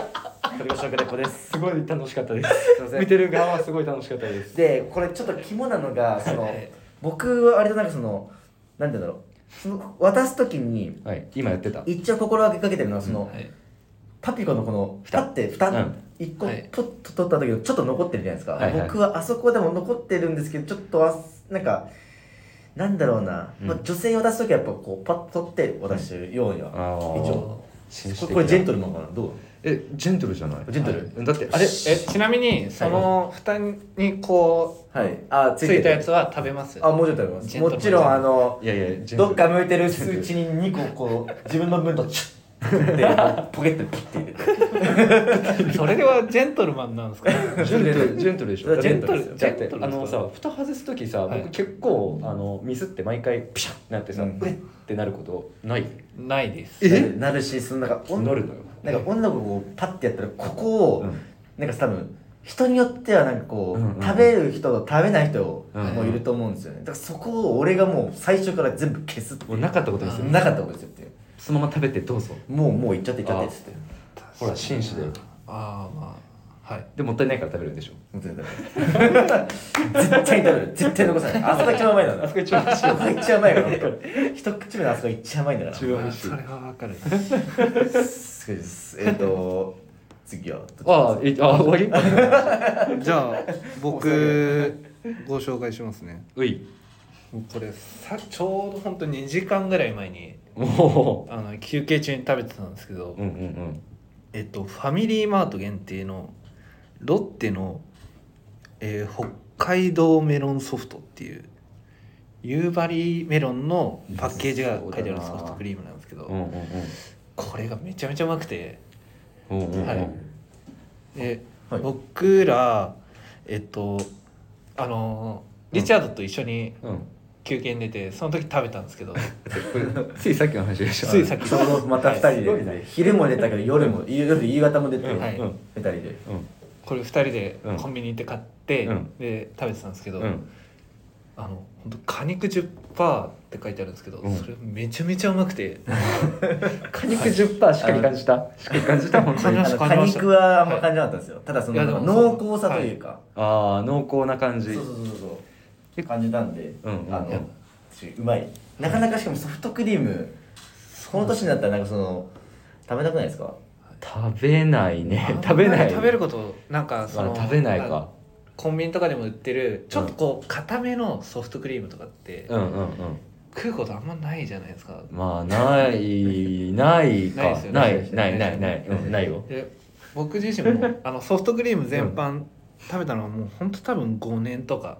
Speaker 1: 鳥越食レポです。
Speaker 3: すごい楽しかったです
Speaker 1: いません
Speaker 3: 見てる側はすごい楽しかったです
Speaker 1: で、これちょっと肝なのが、その
Speaker 2: はい、
Speaker 1: 僕はあれとなんかその、なんて言うんだろう。その渡すときに、
Speaker 3: はい今やってた
Speaker 1: 一応心がけかけてるのは、その、
Speaker 2: はい
Speaker 1: パピコのこの、
Speaker 3: 蓋
Speaker 1: 蓋って、蓋、
Speaker 3: うん
Speaker 1: 一個、
Speaker 2: はい
Speaker 1: ポッと取った時のちょっと残ってるじゃないですか、
Speaker 3: はいはい
Speaker 1: 僕はあそこでも残ってるんですけどちょっとあなんかなんだろうな、
Speaker 3: うん
Speaker 1: まあ、女性に渡す時はやっぱこうパッと取って渡してるようには、
Speaker 3: ああ
Speaker 1: 一応
Speaker 3: 紳士
Speaker 1: これ
Speaker 3: 的な
Speaker 1: これジェントルマンかなどう
Speaker 3: えジェントルじゃない
Speaker 1: ジェントル
Speaker 3: はいだってあ
Speaker 2: あ
Speaker 3: れ
Speaker 2: れ
Speaker 3: え
Speaker 2: えちなみにその蓋にこ
Speaker 1: はいあ
Speaker 2: う
Speaker 1: つ
Speaker 2: つ
Speaker 1: いて
Speaker 2: い
Speaker 1: る
Speaker 2: たやつは食べます
Speaker 1: あもうちょっとありま
Speaker 2: ジ
Speaker 1: す
Speaker 2: ェントル
Speaker 1: も
Speaker 2: マン
Speaker 1: ちろんあの
Speaker 3: いやいやジェントル
Speaker 1: どっか向いてるうちに2個こう自分の分とチュッでポケットにピッて入れて
Speaker 2: それはジェントルマンなんですか
Speaker 3: ジェントルジェントルでしょ
Speaker 1: ジェントルですよ
Speaker 3: だって
Speaker 2: ジェントル
Speaker 3: あのさ蓋外す時さ
Speaker 2: はい
Speaker 3: 僕結構あのミスって毎回ピシャッなってさ
Speaker 1: うん
Speaker 3: えってなることない
Speaker 2: ないです
Speaker 3: え
Speaker 1: なるしそのなんかおん
Speaker 3: なるのよ
Speaker 1: なんか女の子をパッてやったらここを、
Speaker 3: うん
Speaker 1: なんか多分人によってはなんかこう、
Speaker 3: うんうん
Speaker 1: 食べる人と食べない人
Speaker 3: うん
Speaker 1: もいると思うんですよねだからそこを俺がもう最初から全部消すってい
Speaker 3: も
Speaker 1: う
Speaker 3: うなかったことですよ
Speaker 1: なかったことですよっていう
Speaker 3: そのまま食べてどうぞ
Speaker 1: もうもう行っちゃって行っちゃってっつって
Speaker 3: ほら紳士だよ
Speaker 2: ああまあはい
Speaker 3: でもったいないから食べるんでしょ
Speaker 1: もう全然食べる絶対に食べる絶対残さないあそこが一番うまいなんだ
Speaker 3: あそこ一番美味しい
Speaker 1: あそこが一番うまいから本当一口目のあそこが一番うまいんだから
Speaker 3: 違う美味しい
Speaker 2: それはわ かる
Speaker 1: すごいですえっ、と次は
Speaker 3: ああえあ終わり
Speaker 2: じゃあ僕ご紹介しますね
Speaker 3: うい
Speaker 2: これさちょうど本当2時間ぐらい前に
Speaker 3: も
Speaker 2: あの休憩中に食べてたんですけど、
Speaker 3: ううんうんうん
Speaker 2: えっとファミリーマート限定のロッテの、えー北海道メロンソフトっていう夕張メロンのパッケージが書いてあるソフトクリームなんですけど、
Speaker 3: うんうん
Speaker 2: これがめちゃめちゃうまくて
Speaker 3: うんうんうんうん
Speaker 2: はいで、
Speaker 1: はい
Speaker 2: 僕らえっとあのリチャードと一緒に
Speaker 3: うん
Speaker 2: 休憩に出てその時食べたんです けど
Speaker 3: これついさっきの話でしょ
Speaker 2: ついさっき
Speaker 1: ちょうどまた二人で、
Speaker 3: はいすごいね
Speaker 1: 昼も出たけど夜も夜夕方も出て、
Speaker 3: うん
Speaker 2: はい
Speaker 3: うん
Speaker 1: 二人で
Speaker 3: うん
Speaker 2: これ2人で
Speaker 3: うん
Speaker 2: コンビニ行って買って、
Speaker 3: うん
Speaker 2: で食べてたんですけど、
Speaker 3: うん
Speaker 2: あの本当果肉10%って書いてあるんですけど、
Speaker 3: うん
Speaker 2: それめちゃめちゃうまくて
Speaker 3: 果肉10%しっかり感じたしっかり感じた本当に
Speaker 1: あの
Speaker 2: 感じました
Speaker 1: 果
Speaker 2: 感じました
Speaker 1: 肉はあんま感じなかったんですよ、ただその
Speaker 2: いやでも
Speaker 1: 濃厚さというか、
Speaker 3: ああ濃厚な感じ
Speaker 1: そうそうそうそう感じたんで、
Speaker 3: うん
Speaker 1: あの
Speaker 3: いや
Speaker 1: うまいなかなかしかもソフトクリームこの年になったらなんかその食べなくないですか
Speaker 3: 食べないね
Speaker 2: あん
Speaker 3: 食べ
Speaker 2: ま
Speaker 3: な
Speaker 2: り
Speaker 3: い
Speaker 2: 食べることなんか
Speaker 3: あ
Speaker 2: その
Speaker 3: 食べないか
Speaker 2: コンビニとかでも売ってるちょっとこう固めのソフトクリームとかって、
Speaker 3: うんうんうん
Speaker 2: 食うことあんまないじゃないですか
Speaker 3: まあない
Speaker 2: な
Speaker 3: ない
Speaker 2: いで
Speaker 3: か
Speaker 2: すよね
Speaker 3: ないないないないうんないよ
Speaker 2: で僕自身 もあのソフトクリーム全般食べたのはもうほんと多分5年とか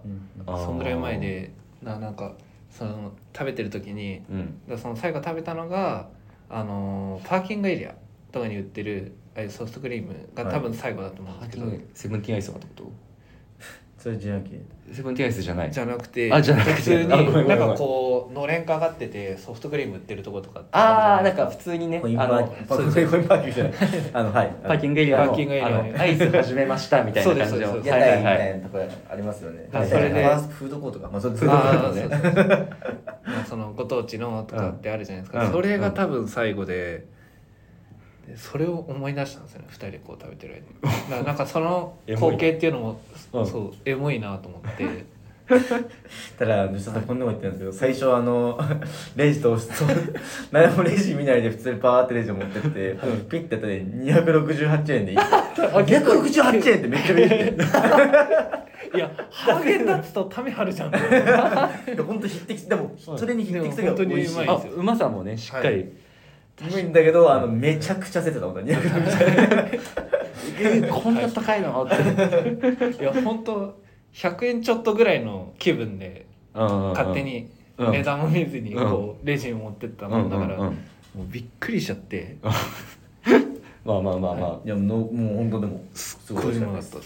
Speaker 3: あー
Speaker 2: そんぐらい前でななんかその食べてる時に
Speaker 3: うん
Speaker 2: だからその最後食べたのがあのーパーキングエリアとかに売ってるああいうソフトクリームが多分最後だと思うんですけど、
Speaker 3: セブンティーンアイスのこと
Speaker 1: それ自販機
Speaker 3: セブンティーンアイスじゃない
Speaker 2: じゃなくて
Speaker 3: あじゃなくて
Speaker 2: 普通に
Speaker 3: あごめんごめん
Speaker 2: なんかこうのれんか上がっててソフトクリーム売ってるとことかって
Speaker 3: ああ
Speaker 2: る
Speaker 3: なん
Speaker 2: じゃい
Speaker 3: か普通にね
Speaker 1: コイン
Speaker 3: あ
Speaker 1: パ
Speaker 3: の
Speaker 1: ー
Speaker 2: そ
Speaker 1: コ
Speaker 2: う
Speaker 1: イ
Speaker 2: で
Speaker 1: ン
Speaker 2: す
Speaker 1: コインパーキングじゃないあのはい
Speaker 3: パーキングエリアの
Speaker 2: パーキングエリアね
Speaker 3: あのアイス始めましたみたいな感じの
Speaker 2: そうで
Speaker 1: 屋
Speaker 2: すそう
Speaker 1: 台
Speaker 3: はい
Speaker 1: み
Speaker 3: は
Speaker 1: た
Speaker 3: い
Speaker 1: いなとこありますよね、
Speaker 2: はい
Speaker 1: みたいな
Speaker 3: そ
Speaker 2: で
Speaker 3: れ
Speaker 1: ファーストフードコートとかまあそれフードコート
Speaker 2: あ
Speaker 1: だ
Speaker 2: あ
Speaker 1: ね
Speaker 2: そうそうそうまあそのご当地のとかってあるじゃないですか、
Speaker 3: うん
Speaker 2: それが多分最後ででそれを思い出したんですよね2人でこう食べてる間にだからなんかその
Speaker 3: エモい
Speaker 2: 光景っていうのも、
Speaker 3: うん
Speaker 2: そうエモいなと思って
Speaker 1: ただ吉田さんこんなこと言ってるんですけど最初あの レジ通すと 何もレジ見ないで普通にパーってレジを持ってってピッてやったら268円でいい268円ってめっちゃ見 え
Speaker 2: いやハーゲンダッツとタメハルじゃん
Speaker 1: て本当匹敵でもそれに匹敵する
Speaker 2: でも本当
Speaker 1: が
Speaker 2: に
Speaker 1: 美味し
Speaker 2: うまい
Speaker 1: い
Speaker 2: で
Speaker 1: う
Speaker 3: あうまさもねしっかり
Speaker 1: まいんだけどあのめちゃくちゃ焦ってたもんね268円
Speaker 3: えこんな高いのって
Speaker 2: いや本当100円ちょっとぐらいの気分で 勝
Speaker 3: 勝
Speaker 2: 手に
Speaker 3: うん
Speaker 2: 値段も見ずにこうレジに持ってったもんだから
Speaker 3: うんうんう
Speaker 2: も
Speaker 3: ん
Speaker 2: うびっくりしちゃって
Speaker 3: まあまあまあまあ、
Speaker 1: いやもうもう本当でもす
Speaker 2: こう
Speaker 1: 美
Speaker 2: いう
Speaker 1: 味し
Speaker 2: も
Speaker 1: か
Speaker 2: の
Speaker 1: っ
Speaker 2: だ
Speaker 1: た
Speaker 2: っ
Speaker 1: です
Speaker 2: たで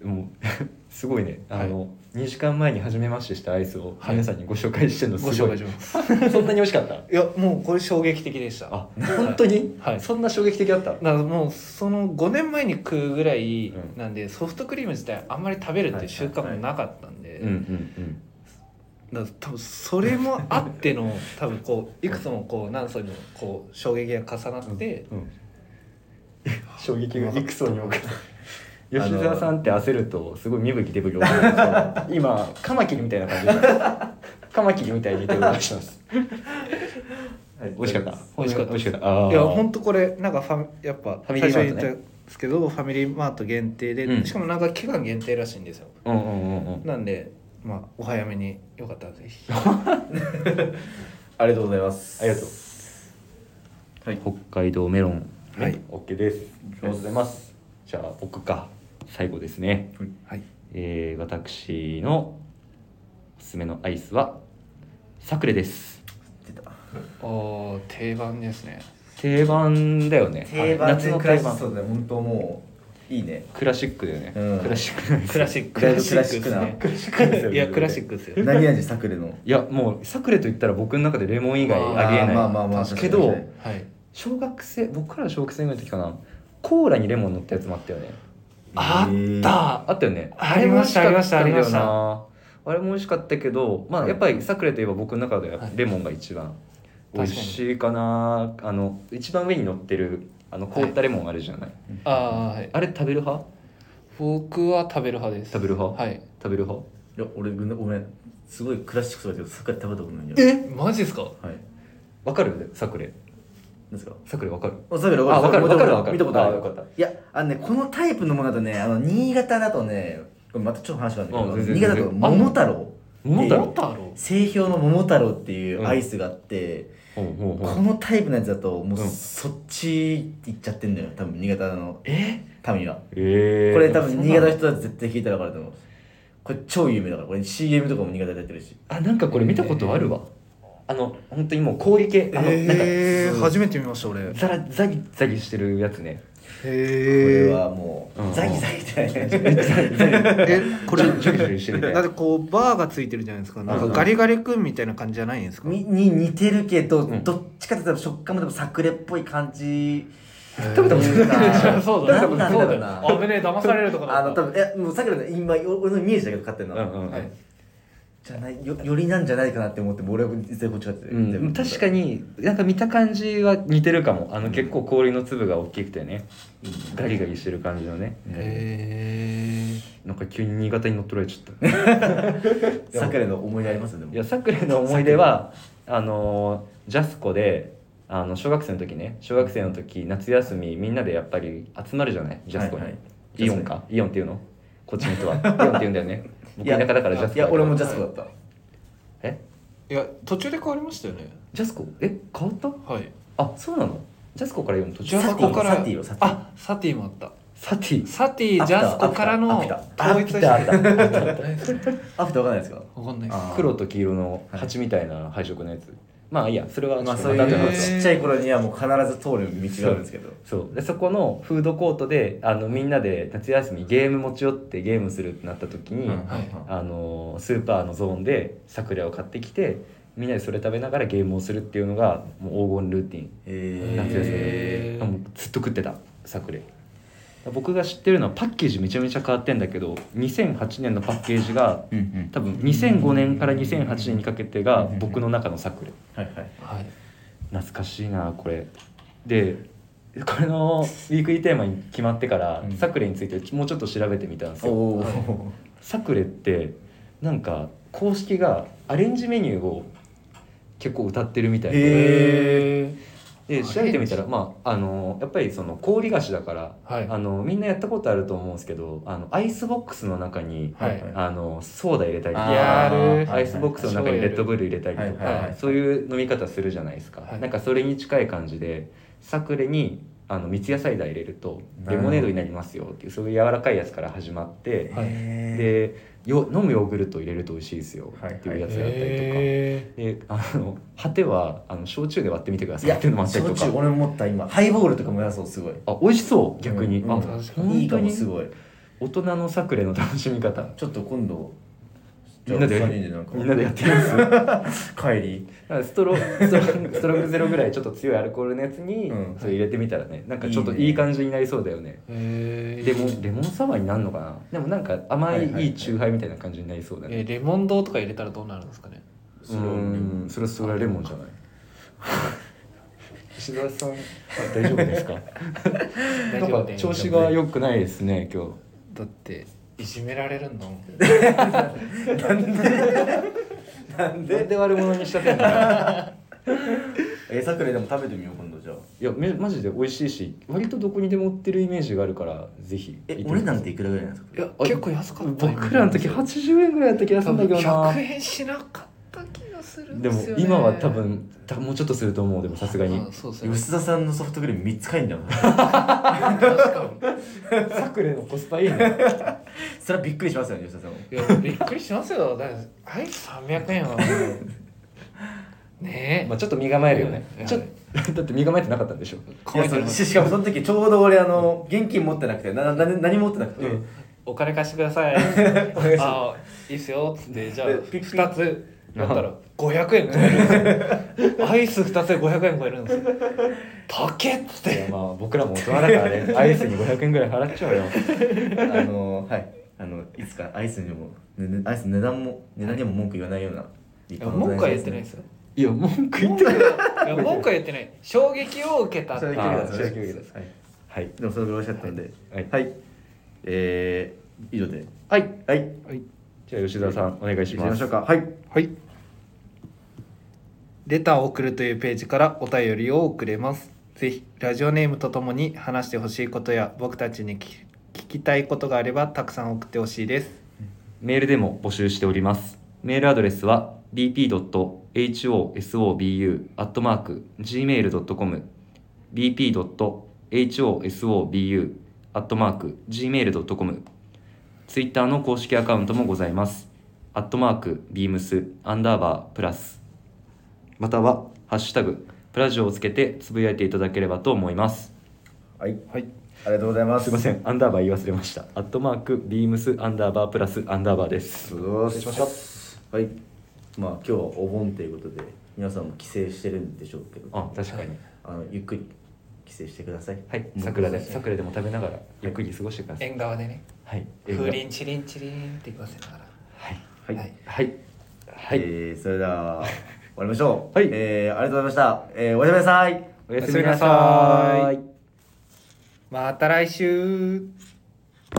Speaker 2: す
Speaker 3: もうすごいねあ
Speaker 2: はい
Speaker 3: の、2時間前に初めましてしたアイスを
Speaker 2: はい
Speaker 3: 皆さんにご紹介してるのす
Speaker 2: ご
Speaker 3: ごい、
Speaker 2: 紹介します
Speaker 3: そんなに美味しかった
Speaker 2: いやもうこれ衝撃的でした
Speaker 3: あ本当に、
Speaker 2: はい
Speaker 3: そんな衝撃的だった
Speaker 2: だからもうその5年前に食うぐらい
Speaker 3: うん
Speaker 2: なんで、ソフトクリーム自体あんまり食べるっていう習慣もなかったんで、
Speaker 3: うんうん
Speaker 2: だから多分それもあっての 多分こういくつもこう何層にもこう衝撃が重なって、
Speaker 3: うん、うん、衝撃がいくつに多かった 吉沢さんって焦るとすごい身吹き手吹きを今カマキリみたいな感じでカマキリみたいに手を出してます
Speaker 1: はい
Speaker 3: 美味しかった
Speaker 2: 美味しかった
Speaker 3: 美味しかったあー
Speaker 2: いや本当これなんかファミやっぱ
Speaker 3: ァ
Speaker 2: 最
Speaker 3: ミリーマ
Speaker 2: 初
Speaker 3: ー
Speaker 2: に
Speaker 3: トね
Speaker 2: 言ったんですけどファミリーマート限定で、
Speaker 3: うん
Speaker 2: しかもなんか期間限定らしいんですよ
Speaker 3: うんうんうんうん
Speaker 2: なんでまあお早めによかったらぜひ
Speaker 1: ありがとうございます
Speaker 3: ありがとう
Speaker 1: はい
Speaker 3: 北海道メロン
Speaker 2: はい
Speaker 3: OK ですありがとうございますじゃあ僕か最後ですね
Speaker 2: はい
Speaker 3: えー私のおすすめのアイスはサクレです
Speaker 1: 出た
Speaker 2: おー定番ですね
Speaker 3: 定番だよね
Speaker 1: 定番
Speaker 3: 夏
Speaker 1: で
Speaker 3: の
Speaker 1: クラ
Speaker 3: 定
Speaker 1: シック
Speaker 3: 番
Speaker 1: そうだね本当もういいね
Speaker 3: クラシックだよね、
Speaker 1: うん
Speaker 3: クラシックなんです
Speaker 2: ク
Speaker 3: よ
Speaker 2: ラシック
Speaker 1: だいぶクラシックな
Speaker 2: クラシッ
Speaker 1: ク
Speaker 2: ク
Speaker 1: です
Speaker 2: です
Speaker 1: よ
Speaker 2: ねいやクラシックですよ
Speaker 1: 何味サクレの
Speaker 3: いやもうサクレと言ったら僕の中でレモン以外ありえな
Speaker 1: あ
Speaker 3: い
Speaker 1: ーまあまあまあ
Speaker 3: けど
Speaker 1: 確かに
Speaker 2: はい
Speaker 3: 小学生僕ら小学生ぐらいの時かなコーラにレモン乗ったやつもあったよね
Speaker 2: あった
Speaker 3: あったよね
Speaker 2: ありました
Speaker 3: あれも美味かったんだよ
Speaker 2: ありましたあり
Speaker 3: なあれも美味しかったけどまあやっぱりサクレといえば僕の中ではレモンが一番美味しいかなあの一番上に乗ってるあの凍ったレモンあるじゃない、
Speaker 2: ああはい
Speaker 3: あれ食べる派
Speaker 2: 僕は食べる派です
Speaker 3: 食べる派、
Speaker 2: はい
Speaker 3: 食べる派
Speaker 1: いや俺ごめんごめんすごいクラシックそうだけどサクレ食べたことないよ
Speaker 2: えマジですか
Speaker 1: はい
Speaker 3: わかるサクレ
Speaker 1: 何ですか
Speaker 3: サクレわかる
Speaker 1: おサクレ
Speaker 3: あわかるわかるわかる
Speaker 1: 見たことあ
Speaker 3: あ
Speaker 1: る
Speaker 3: よかった
Speaker 1: いやあのねこのタイプのものだとねあの新潟だとねこれまたちょっと話があるんだけ
Speaker 3: う
Speaker 1: ど
Speaker 3: ん全然
Speaker 1: 新潟だと
Speaker 3: 全然
Speaker 1: 桃太郎
Speaker 3: 桃太
Speaker 2: 桃
Speaker 3: 郎
Speaker 2: 太郎
Speaker 1: 製氷の桃太郎っていうアイスがあって、
Speaker 3: ほうほう
Speaker 1: このタイプのやつだともう
Speaker 3: うん
Speaker 1: そっち行っちゃってんだよ多分新潟の
Speaker 2: え
Speaker 1: 民は
Speaker 3: えー
Speaker 1: これ多分新潟の人は絶対聞いたら分かると思うこれ超有名だからこれ CM とかも新潟でやってるし
Speaker 3: あなんかこれ見たことあるわ、あの本当にもう氷系あの、
Speaker 2: え
Speaker 1: なん
Speaker 2: ー
Speaker 1: か
Speaker 2: 初めて見ました俺
Speaker 3: なんかザラザギザギしてるやつね
Speaker 1: これ
Speaker 2: へ
Speaker 1: はも
Speaker 3: うん
Speaker 1: うザギザギってない感じ
Speaker 2: えこれ
Speaker 3: ジョギジョギしてるね
Speaker 2: だってこうバーがついてるじゃないですかなんかガリガリ君みたいな感じじゃないんです か
Speaker 1: にに似てるけど、
Speaker 3: ん
Speaker 1: どっちかって言ったら食感もでもサクレっぽい感じ
Speaker 2: 食
Speaker 1: べたことない
Speaker 2: なそうだ
Speaker 1: 食べたこと ない
Speaker 2: そうだ危ねえ騙されるとかだ
Speaker 1: あの多分えもうサクレの今お俺のイメージだけど買ってるの
Speaker 3: うん
Speaker 1: は、
Speaker 3: うん、
Speaker 2: はい
Speaker 1: じゃないよよりなんじゃないかなって思っても俺は実際こっち買ってる、
Speaker 3: うん、確かになんか見た感じは似てるかもあの結構氷の粒が大きくてねガリガリしてる感じのね
Speaker 2: へ
Speaker 3: なんか急に新潟に乗っ取られちゃった
Speaker 1: サクレの思い出ありますよでも
Speaker 3: いやさくらの思い出はあのージャスコであの小学生の時ね小学生の時夏休みみんなでやっぱり集まるじゃないジャスコに、
Speaker 1: はいはい
Speaker 3: イオンかイオンっていうのこっちの人はイオンって言うんだよね僕田舎だからジャスコだけ
Speaker 1: い
Speaker 3: ど
Speaker 1: や俺もジャスコだった
Speaker 3: え
Speaker 2: えいや途中で変わりましたよね
Speaker 3: ジャスコえ変わった
Speaker 2: はい
Speaker 3: あそうなのジャスコからイオン途
Speaker 2: ジ
Speaker 3: 中
Speaker 2: ャスコから
Speaker 1: サティよサティよ
Speaker 2: あサティもあった
Speaker 3: サティ
Speaker 2: サティジャスコからの
Speaker 1: アピタ
Speaker 2: 統一
Speaker 3: アピタアピタアピタ
Speaker 2: わかんない です
Speaker 1: アフターわかんないですか
Speaker 2: わかんないです
Speaker 1: あー
Speaker 3: 黒と黄色の
Speaker 1: はい
Speaker 3: 鉢みたいな配色のやつ、まあいいやそれは
Speaker 1: まあ
Speaker 3: ち
Speaker 1: そ
Speaker 3: ょ
Speaker 1: う
Speaker 3: っ
Speaker 1: い
Speaker 3: と後で
Speaker 1: う
Speaker 3: 話
Speaker 1: ち
Speaker 3: そ
Speaker 1: っちゃい頃にはもう必ず通る道があるんですけど
Speaker 3: そうでそこのフードコートであのみんなで夏休みゲーム持ち寄ってゲームするってなった時に、
Speaker 1: うん
Speaker 2: はい
Speaker 3: あのスーパーのゾーンで桜を買ってきてみんなでそれ食べながらゲームをするっていうのがもう黄金ルーティン
Speaker 1: え
Speaker 3: 夏休み
Speaker 2: へー
Speaker 3: もうずっと食ってた桜僕が知ってるのはパッケージめちゃめちゃ変わってんだけど2008年のパッケージが
Speaker 1: うんうん
Speaker 3: 多分2005年から2008年にかけてが僕の中の桜
Speaker 1: はいはい
Speaker 2: はい
Speaker 3: 懐かしいなこれでこれのウィークリーテーマに決まってから、
Speaker 1: うん
Speaker 3: サクレについてもうちょっと調べてみたんです
Speaker 1: お
Speaker 3: よ
Speaker 1: お
Speaker 3: サクレってなんか公式がアレンジメニューを結構歌ってるみたいで
Speaker 1: へ
Speaker 3: で調べてみたら、まあ、あのやっぱりその氷菓子だから、
Speaker 2: はい
Speaker 3: あのみんなやったことあると思うんですけどあのアイスボックスの中に、
Speaker 2: はい
Speaker 3: あのソーダ入れたりと
Speaker 1: あ
Speaker 3: か
Speaker 1: ー
Speaker 2: やる
Speaker 1: はい
Speaker 3: アイスボックスの中にレッドブル入れたりと
Speaker 1: はい
Speaker 2: はいは
Speaker 3: か
Speaker 1: い
Speaker 3: そういう飲み方するじゃないですか、
Speaker 2: はい
Speaker 3: なんかそれに近い感じでサクレにあの三ツ矢サイダー入れるとレモネードになりますよっていうそういう柔らかいやつから始まって、
Speaker 2: はい
Speaker 1: え
Speaker 3: でよ飲むヨーグルト入れると美味しいですよっていうやつだったりとか、
Speaker 2: へ
Speaker 3: であの果てはあの焼酎で割ってみてくだ
Speaker 1: い
Speaker 3: さい
Speaker 1: や
Speaker 3: っていうのもあったりと
Speaker 1: 焼酎
Speaker 3: か
Speaker 1: 俺も持った今ハイボールとかもやそうすごい
Speaker 3: あ美味しそう逆に、
Speaker 1: うん
Speaker 3: あ
Speaker 1: うん
Speaker 2: 確か
Speaker 3: 本
Speaker 1: いい
Speaker 3: 当
Speaker 1: かも
Speaker 3: に
Speaker 1: すごい
Speaker 3: 大人のサクレの楽しみ方
Speaker 1: ちょっと今度
Speaker 3: みんなで
Speaker 1: じゃあ三人でなんか
Speaker 3: みんなでやってみます
Speaker 1: 帰り
Speaker 3: だからストローストローストロングゼロぐらいちょっと強いアルコールのやつに、
Speaker 1: うん
Speaker 3: それ入れてみたらねなんかちょっといい感じになりそうだよね
Speaker 2: え
Speaker 3: レモンレモンサワーになるのかなでもなんか甘
Speaker 1: はいいはい
Speaker 3: いいチューハイみたいな感じになりそうだね、
Speaker 2: えレモン堂とか入れたらどうなるんですかね
Speaker 1: それは
Speaker 3: うーんそれはそれはレモンじゃない石田さん大丈夫ですか
Speaker 2: 大
Speaker 3: なん
Speaker 2: 丈
Speaker 3: か
Speaker 2: 夫で
Speaker 3: 調子が良くないですね今日
Speaker 2: だっていじめられるんだもん
Speaker 3: なんで悪者にしちゃってんだ
Speaker 1: えさくらでも食べてみよう今度じゃあ
Speaker 3: いやめマジで美味しいし割とどこにでも売ってるイメージがあるからぜひ行って
Speaker 1: え
Speaker 3: みて
Speaker 1: 俺なんていくらぐらいなんですか
Speaker 2: いや結構安かったよ
Speaker 3: 僕らの時80円ぐらいやった気がす
Speaker 2: 多
Speaker 3: るん
Speaker 2: 分
Speaker 3: だけどな
Speaker 2: 100円しなかった気がするん
Speaker 3: ですも
Speaker 2: よね
Speaker 3: 今は多分たもうちょっとすると思うでもさすがに
Speaker 2: あそうですよね
Speaker 1: 吉田さんのソフトクリーム3つ買いんだ もん
Speaker 2: 確かに
Speaker 3: サクレのコスパいいね
Speaker 1: それはびっくりしますよね吉田さんも
Speaker 2: いやびっくりしますよだってアイス300円はもう ねえ、
Speaker 3: まあちょっと身構えるよね
Speaker 2: うん
Speaker 3: ちょだって身構えてなかったんでしょ
Speaker 1: い
Speaker 2: 怖
Speaker 1: や
Speaker 2: い
Speaker 1: そ
Speaker 2: と
Speaker 1: れ
Speaker 2: 思う
Speaker 1: ししかもその時ちょうど俺あの現金持ってなくてなな何も持ってなくて、
Speaker 3: うん
Speaker 2: お金貸してくだ さいあいいっすよっつってじゃあ
Speaker 1: でピッピ
Speaker 2: 2つやったら500円超えるん ですよアイス2つで500円超えるんですよ高けっつっ
Speaker 3: いや
Speaker 2: て
Speaker 3: まあ僕らも大人だからねアイスに500円ぐらい払っちゃうよ
Speaker 1: あのはいあのいつかアイスにも、ねねアイスの値段も値段にも文句言わないような立
Speaker 2: いや
Speaker 1: 派な大人になり
Speaker 2: 文句は
Speaker 1: たい
Speaker 2: 言ってないですよ
Speaker 3: いや文句言
Speaker 2: 文
Speaker 3: って
Speaker 2: 句
Speaker 3: る
Speaker 2: はいや文句は言ってない衝撃を受けた
Speaker 1: それ
Speaker 3: 撃を受けた
Speaker 1: だ
Speaker 3: あー
Speaker 1: それ
Speaker 3: 衝撃受け
Speaker 1: はい
Speaker 3: はい
Speaker 1: でもそれぐらいおっしゃったんで
Speaker 3: はい
Speaker 1: はいえー以上で
Speaker 3: はい
Speaker 1: はい
Speaker 2: はい
Speaker 3: じゃあ吉田さんお願いし
Speaker 1: 行き
Speaker 3: ま
Speaker 1: まし
Speaker 3: す
Speaker 1: ょうかはい
Speaker 2: はい。レターを送るというページからお便りを送れます。ぜひ、ラジオネームとともに話してほしいことや、僕たちに聞き聞きたいことがあれば、たくさん送ってほしいです。
Speaker 3: メールでも募集しておりますメールアドレスは bp.hosobu.gmail.com bp.hosobu.gmail.com ツイッターの公式アカウントもございます。アットマーク、ビームス、アンダーバー、プラス。または、ハッシュタグ、プラジオをつけてつぶやいていただければと思います。
Speaker 1: はい
Speaker 2: はい。
Speaker 1: ありがとうございます
Speaker 3: すいません、アンダーバー言い忘れました。アットマーク、ビームス、アンダーバー、プラス、アンダーバーです。
Speaker 1: よーし
Speaker 3: 失礼しま
Speaker 1: はいまあ今日はお盆ということで皆さんも帰省してるんでしょうけど
Speaker 3: あ、確かに。
Speaker 1: あのゆっくり帰省してください
Speaker 3: はい、
Speaker 1: もう
Speaker 3: 桜で、桜でも食べながら、ゆっくり過ごしてください。
Speaker 2: 縁側でね、
Speaker 3: はい、
Speaker 2: 風鈴チリンチリンって言わせながら。
Speaker 3: はい、
Speaker 1: はい、
Speaker 2: はい
Speaker 3: はい、は
Speaker 1: はい
Speaker 3: い、
Speaker 1: えー、それでは終わりましょう
Speaker 3: はい
Speaker 1: えー、ありがとうございました、えー、おやすみなさい
Speaker 3: お
Speaker 2: や
Speaker 3: や
Speaker 2: す
Speaker 3: す
Speaker 2: み
Speaker 3: み
Speaker 2: な
Speaker 3: な
Speaker 2: さ
Speaker 3: さ
Speaker 2: い
Speaker 3: い。
Speaker 2: また来週